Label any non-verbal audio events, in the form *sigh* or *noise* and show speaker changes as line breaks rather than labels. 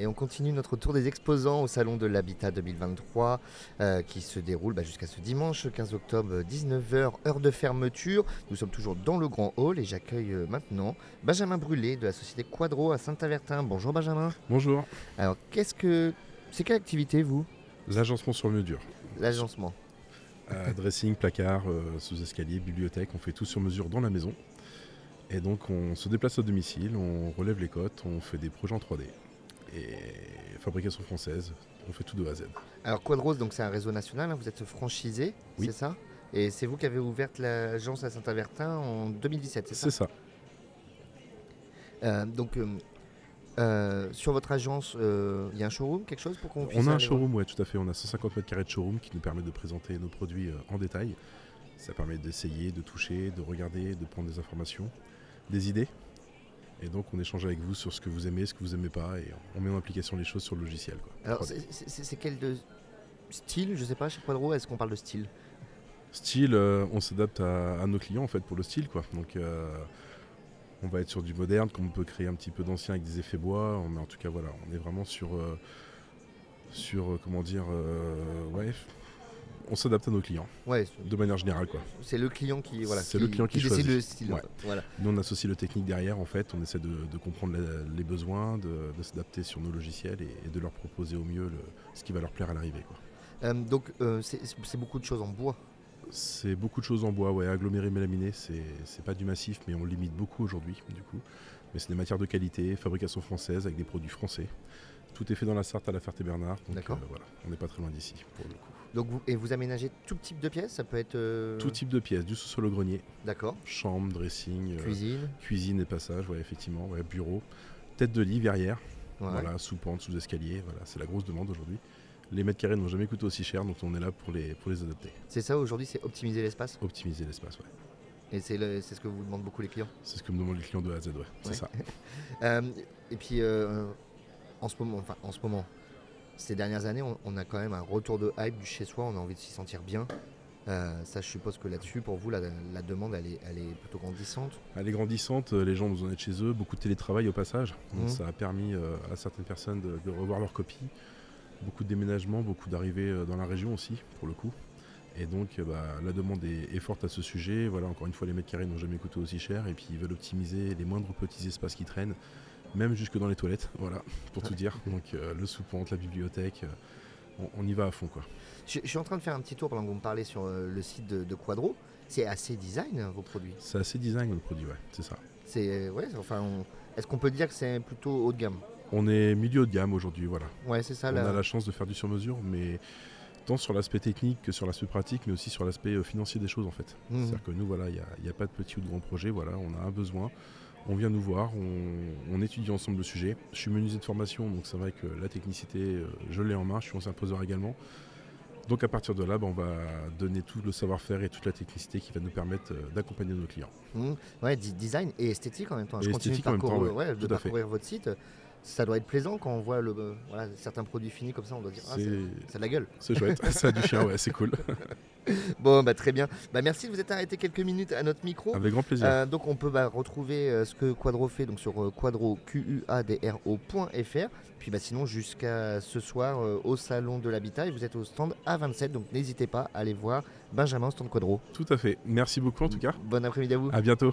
Et on continue notre tour des exposants au Salon de l'Habitat 2023 euh, qui se déroule bah, jusqu'à ce dimanche 15 octobre 19h, heure de fermeture. Nous sommes toujours dans le Grand Hall et j'accueille euh, maintenant Benjamin Brûlé de la société Quadro à Saint-Avertin. Bonjour Benjamin.
Bonjour.
Alors qu'est-ce que... C'est quelle activité vous
L'agencement sur mesure.
L'agencement.
Euh, dressing, placard, euh, sous-escalier, bibliothèque, on fait tout sur mesure dans la maison. Et donc on se déplace à domicile, on relève les côtes, on fait des projets en 3D. Et fabrication française, on fait tout de A à Z.
Alors Quadros, donc c'est un réseau national, hein, vous êtes franchisé,
Oui.
c'est ça Et c'est vous qui avez ouvert l'agence à Saint-Avertin en 2017, c'est ça
C'est ça.
Euh, Donc euh, euh, sur votre agence, euh, il y a un showroom, quelque chose pour qu'on puisse
On a un
aller voir
showroom, ouais, tout à fait. On a 150 mètres carrés de showroom qui nous permet de présenter nos produits euh, en détail. Ça permet d'essayer, de toucher, de regarder, de prendre des informations, des idées. Et donc on échange avec vous sur ce que vous aimez, ce que vous aimez pas, et on met en application les choses sur le logiciel. Quoi.
Alors
3D.
c'est- c'est c'est- c'est quel de... style Je sais pas, chez Quadro, est-ce qu'on parle de style
Style, euh, on s'adapte à, à nos clients en fait pour le style quoi. Donc euh, on va être sur du moderne, qu'on peut créer un petit peu d'ancien avec des effets bois, mais en tout cas voilà, on est vraiment sur euh, sur euh, comment dire, euh, ouais, on s'adapte à nos clients
Ouais, c'est-
de manière générale quoi.
c'est le client qui voilà,
C'est le client qui
décide
choisit.
le style.
Ouais.
Voilà.
Nous on associe le technique derrière en fait, on essaie de, de comprendre la- les besoins, de, de s'adapter sur nos logiciels et, et de leur proposer au mieux le- ce qui va leur plaire à l'arrivée quoi.
Euh, donc euh, c'est c'est beaucoup de choses en bois.
C'est beaucoup de choses en bois, ouais, aggloméré mélaminé, c'est c'est pas du massif, mais on limite beaucoup aujourd'hui, du coup. Mais c'est des matières de qualité, fabrication française, avec des produits français. Tout est fait dans la Sarthe à la Ferté-Bernard, donc
D'accord.
euh, voilà, on n'est pas très loin d'ici, pour le coup.
Donc vous, et vous aménagez tout type de pièces, ça peut être euh,
Tout type de pièces, du sous-sol au grenier,
D'accord.
chambre, dressing, euh,
Cuisine.
cuisine et passage, ouais, effectivement, ouais, bureau, tête de lit, verrière,
ouais.
voilà, sous-pente, sous-escalier, voilà, c'est la grosse demande aujourd'hui. Les mètres carrés n'ont jamais coûté aussi cher, donc on est là pour les, pour les adapter,
C'est ça aujourd'hui, c'est optimiser l'espace.
optimiser l'espace, ouais.
Et c'est le- c'est ce que vous demandent beaucoup les clients.
C'est ce que me demandent les clients de A à Z, ouais, c'est
Ouais.
ça.
Euh, et puis, euh, en ce moment, enfin, en ce moment, ces dernières années, on, on a quand même un retour de hype du chez soi. On a envie de s'y sentir bien. Euh, ça, je suppose que là-dessus, pour vous, la, la demande, elle est, elle est plutôt grandissante.
Elle est grandissante, euh, les gens ont besoin d'être chez eux, beaucoup de télétravail au passage. Donc
Mhm.
ça a permis euh, à certaines personnes de, de revoir leur copie. Beaucoup de déménagements, beaucoup d'arrivées euh, dans la région aussi, pour le coup. Et donc euh, bah, la demande est, est forte à ce sujet. Voilà, encore une fois, les mètres carrés n'ont jamais coûté aussi cher et puis ils veulent optimiser les moindres petits espaces qui traînent, même jusque dans les toilettes, *laughs* voilà, pour tout dire. Donc euh, le sous-pente, la bibliothèque, euh, on, on y va à fond quoi.
Je, je suis en train de faire un petit tour pendant que vous me parlez sur euh, le site de, de Quadro. C'est assez design hein, vos produits.
C'est assez design le produit, ouais, c'est ça.
C'est ouais, enfin, on- est-ce qu'on peut dire que c'est plutôt haut de gamme
On est milieu de gamme aujourd'hui, voilà.
Ouais, c'est ça.
On
la-
a la chance de faire du sur-mesure, mais tant sur l'aspect technique que sur l'aspect pratique, mais aussi sur l'aspect euh, financier des choses en fait.
Mhm.
C'est-à-dire que nous, voilà, il n'y a, il y a pas de petit ou de grand projet, voilà, on a un besoin, on vient nous voir, on, on étudie ensemble le sujet. Je suis menuisier de formation, donc c'est vrai que la technicité, euh, je l'ai en main, je suis ancien poseur également. Donc à partir de là, bah, on va donner tout le savoir-faire et toute la technicité qui va nous permettre euh, d'accompagner nos clients.
Mhm. Ouais, di- design et esthétique en même temps.
Et
Je continue de
esthétique en même temps,
parcourir,
ouais,
ouais, de
tout à fait.
parcourir votre site. Ça doit être plaisant quand on voit le, euh, voilà, certains produits finis comme ça, on doit dire ah, c'est
C'est-
c'est de la gueule. *laughs*
C'est chouette, ça a du chien, ouais, c'est cool.
Bon, bah, très bien. Bah, merci de vous être arrêté quelques minutes à notre micro.
Avec grand plaisir.
Euh, donc on peut bah, retrouver euh, ce que Quadro fait donc sur euh, quadro quadro.fr puis bah, sinon jusqu'à ce soir euh, au salon de l'habitat et vous êtes au stand A27 donc n'hésitez pas à aller voir Benjamin au stand Quadro.
Tout à fait. Merci beaucoup en tout cas.
Bon après-midi à vous.
À bientôt.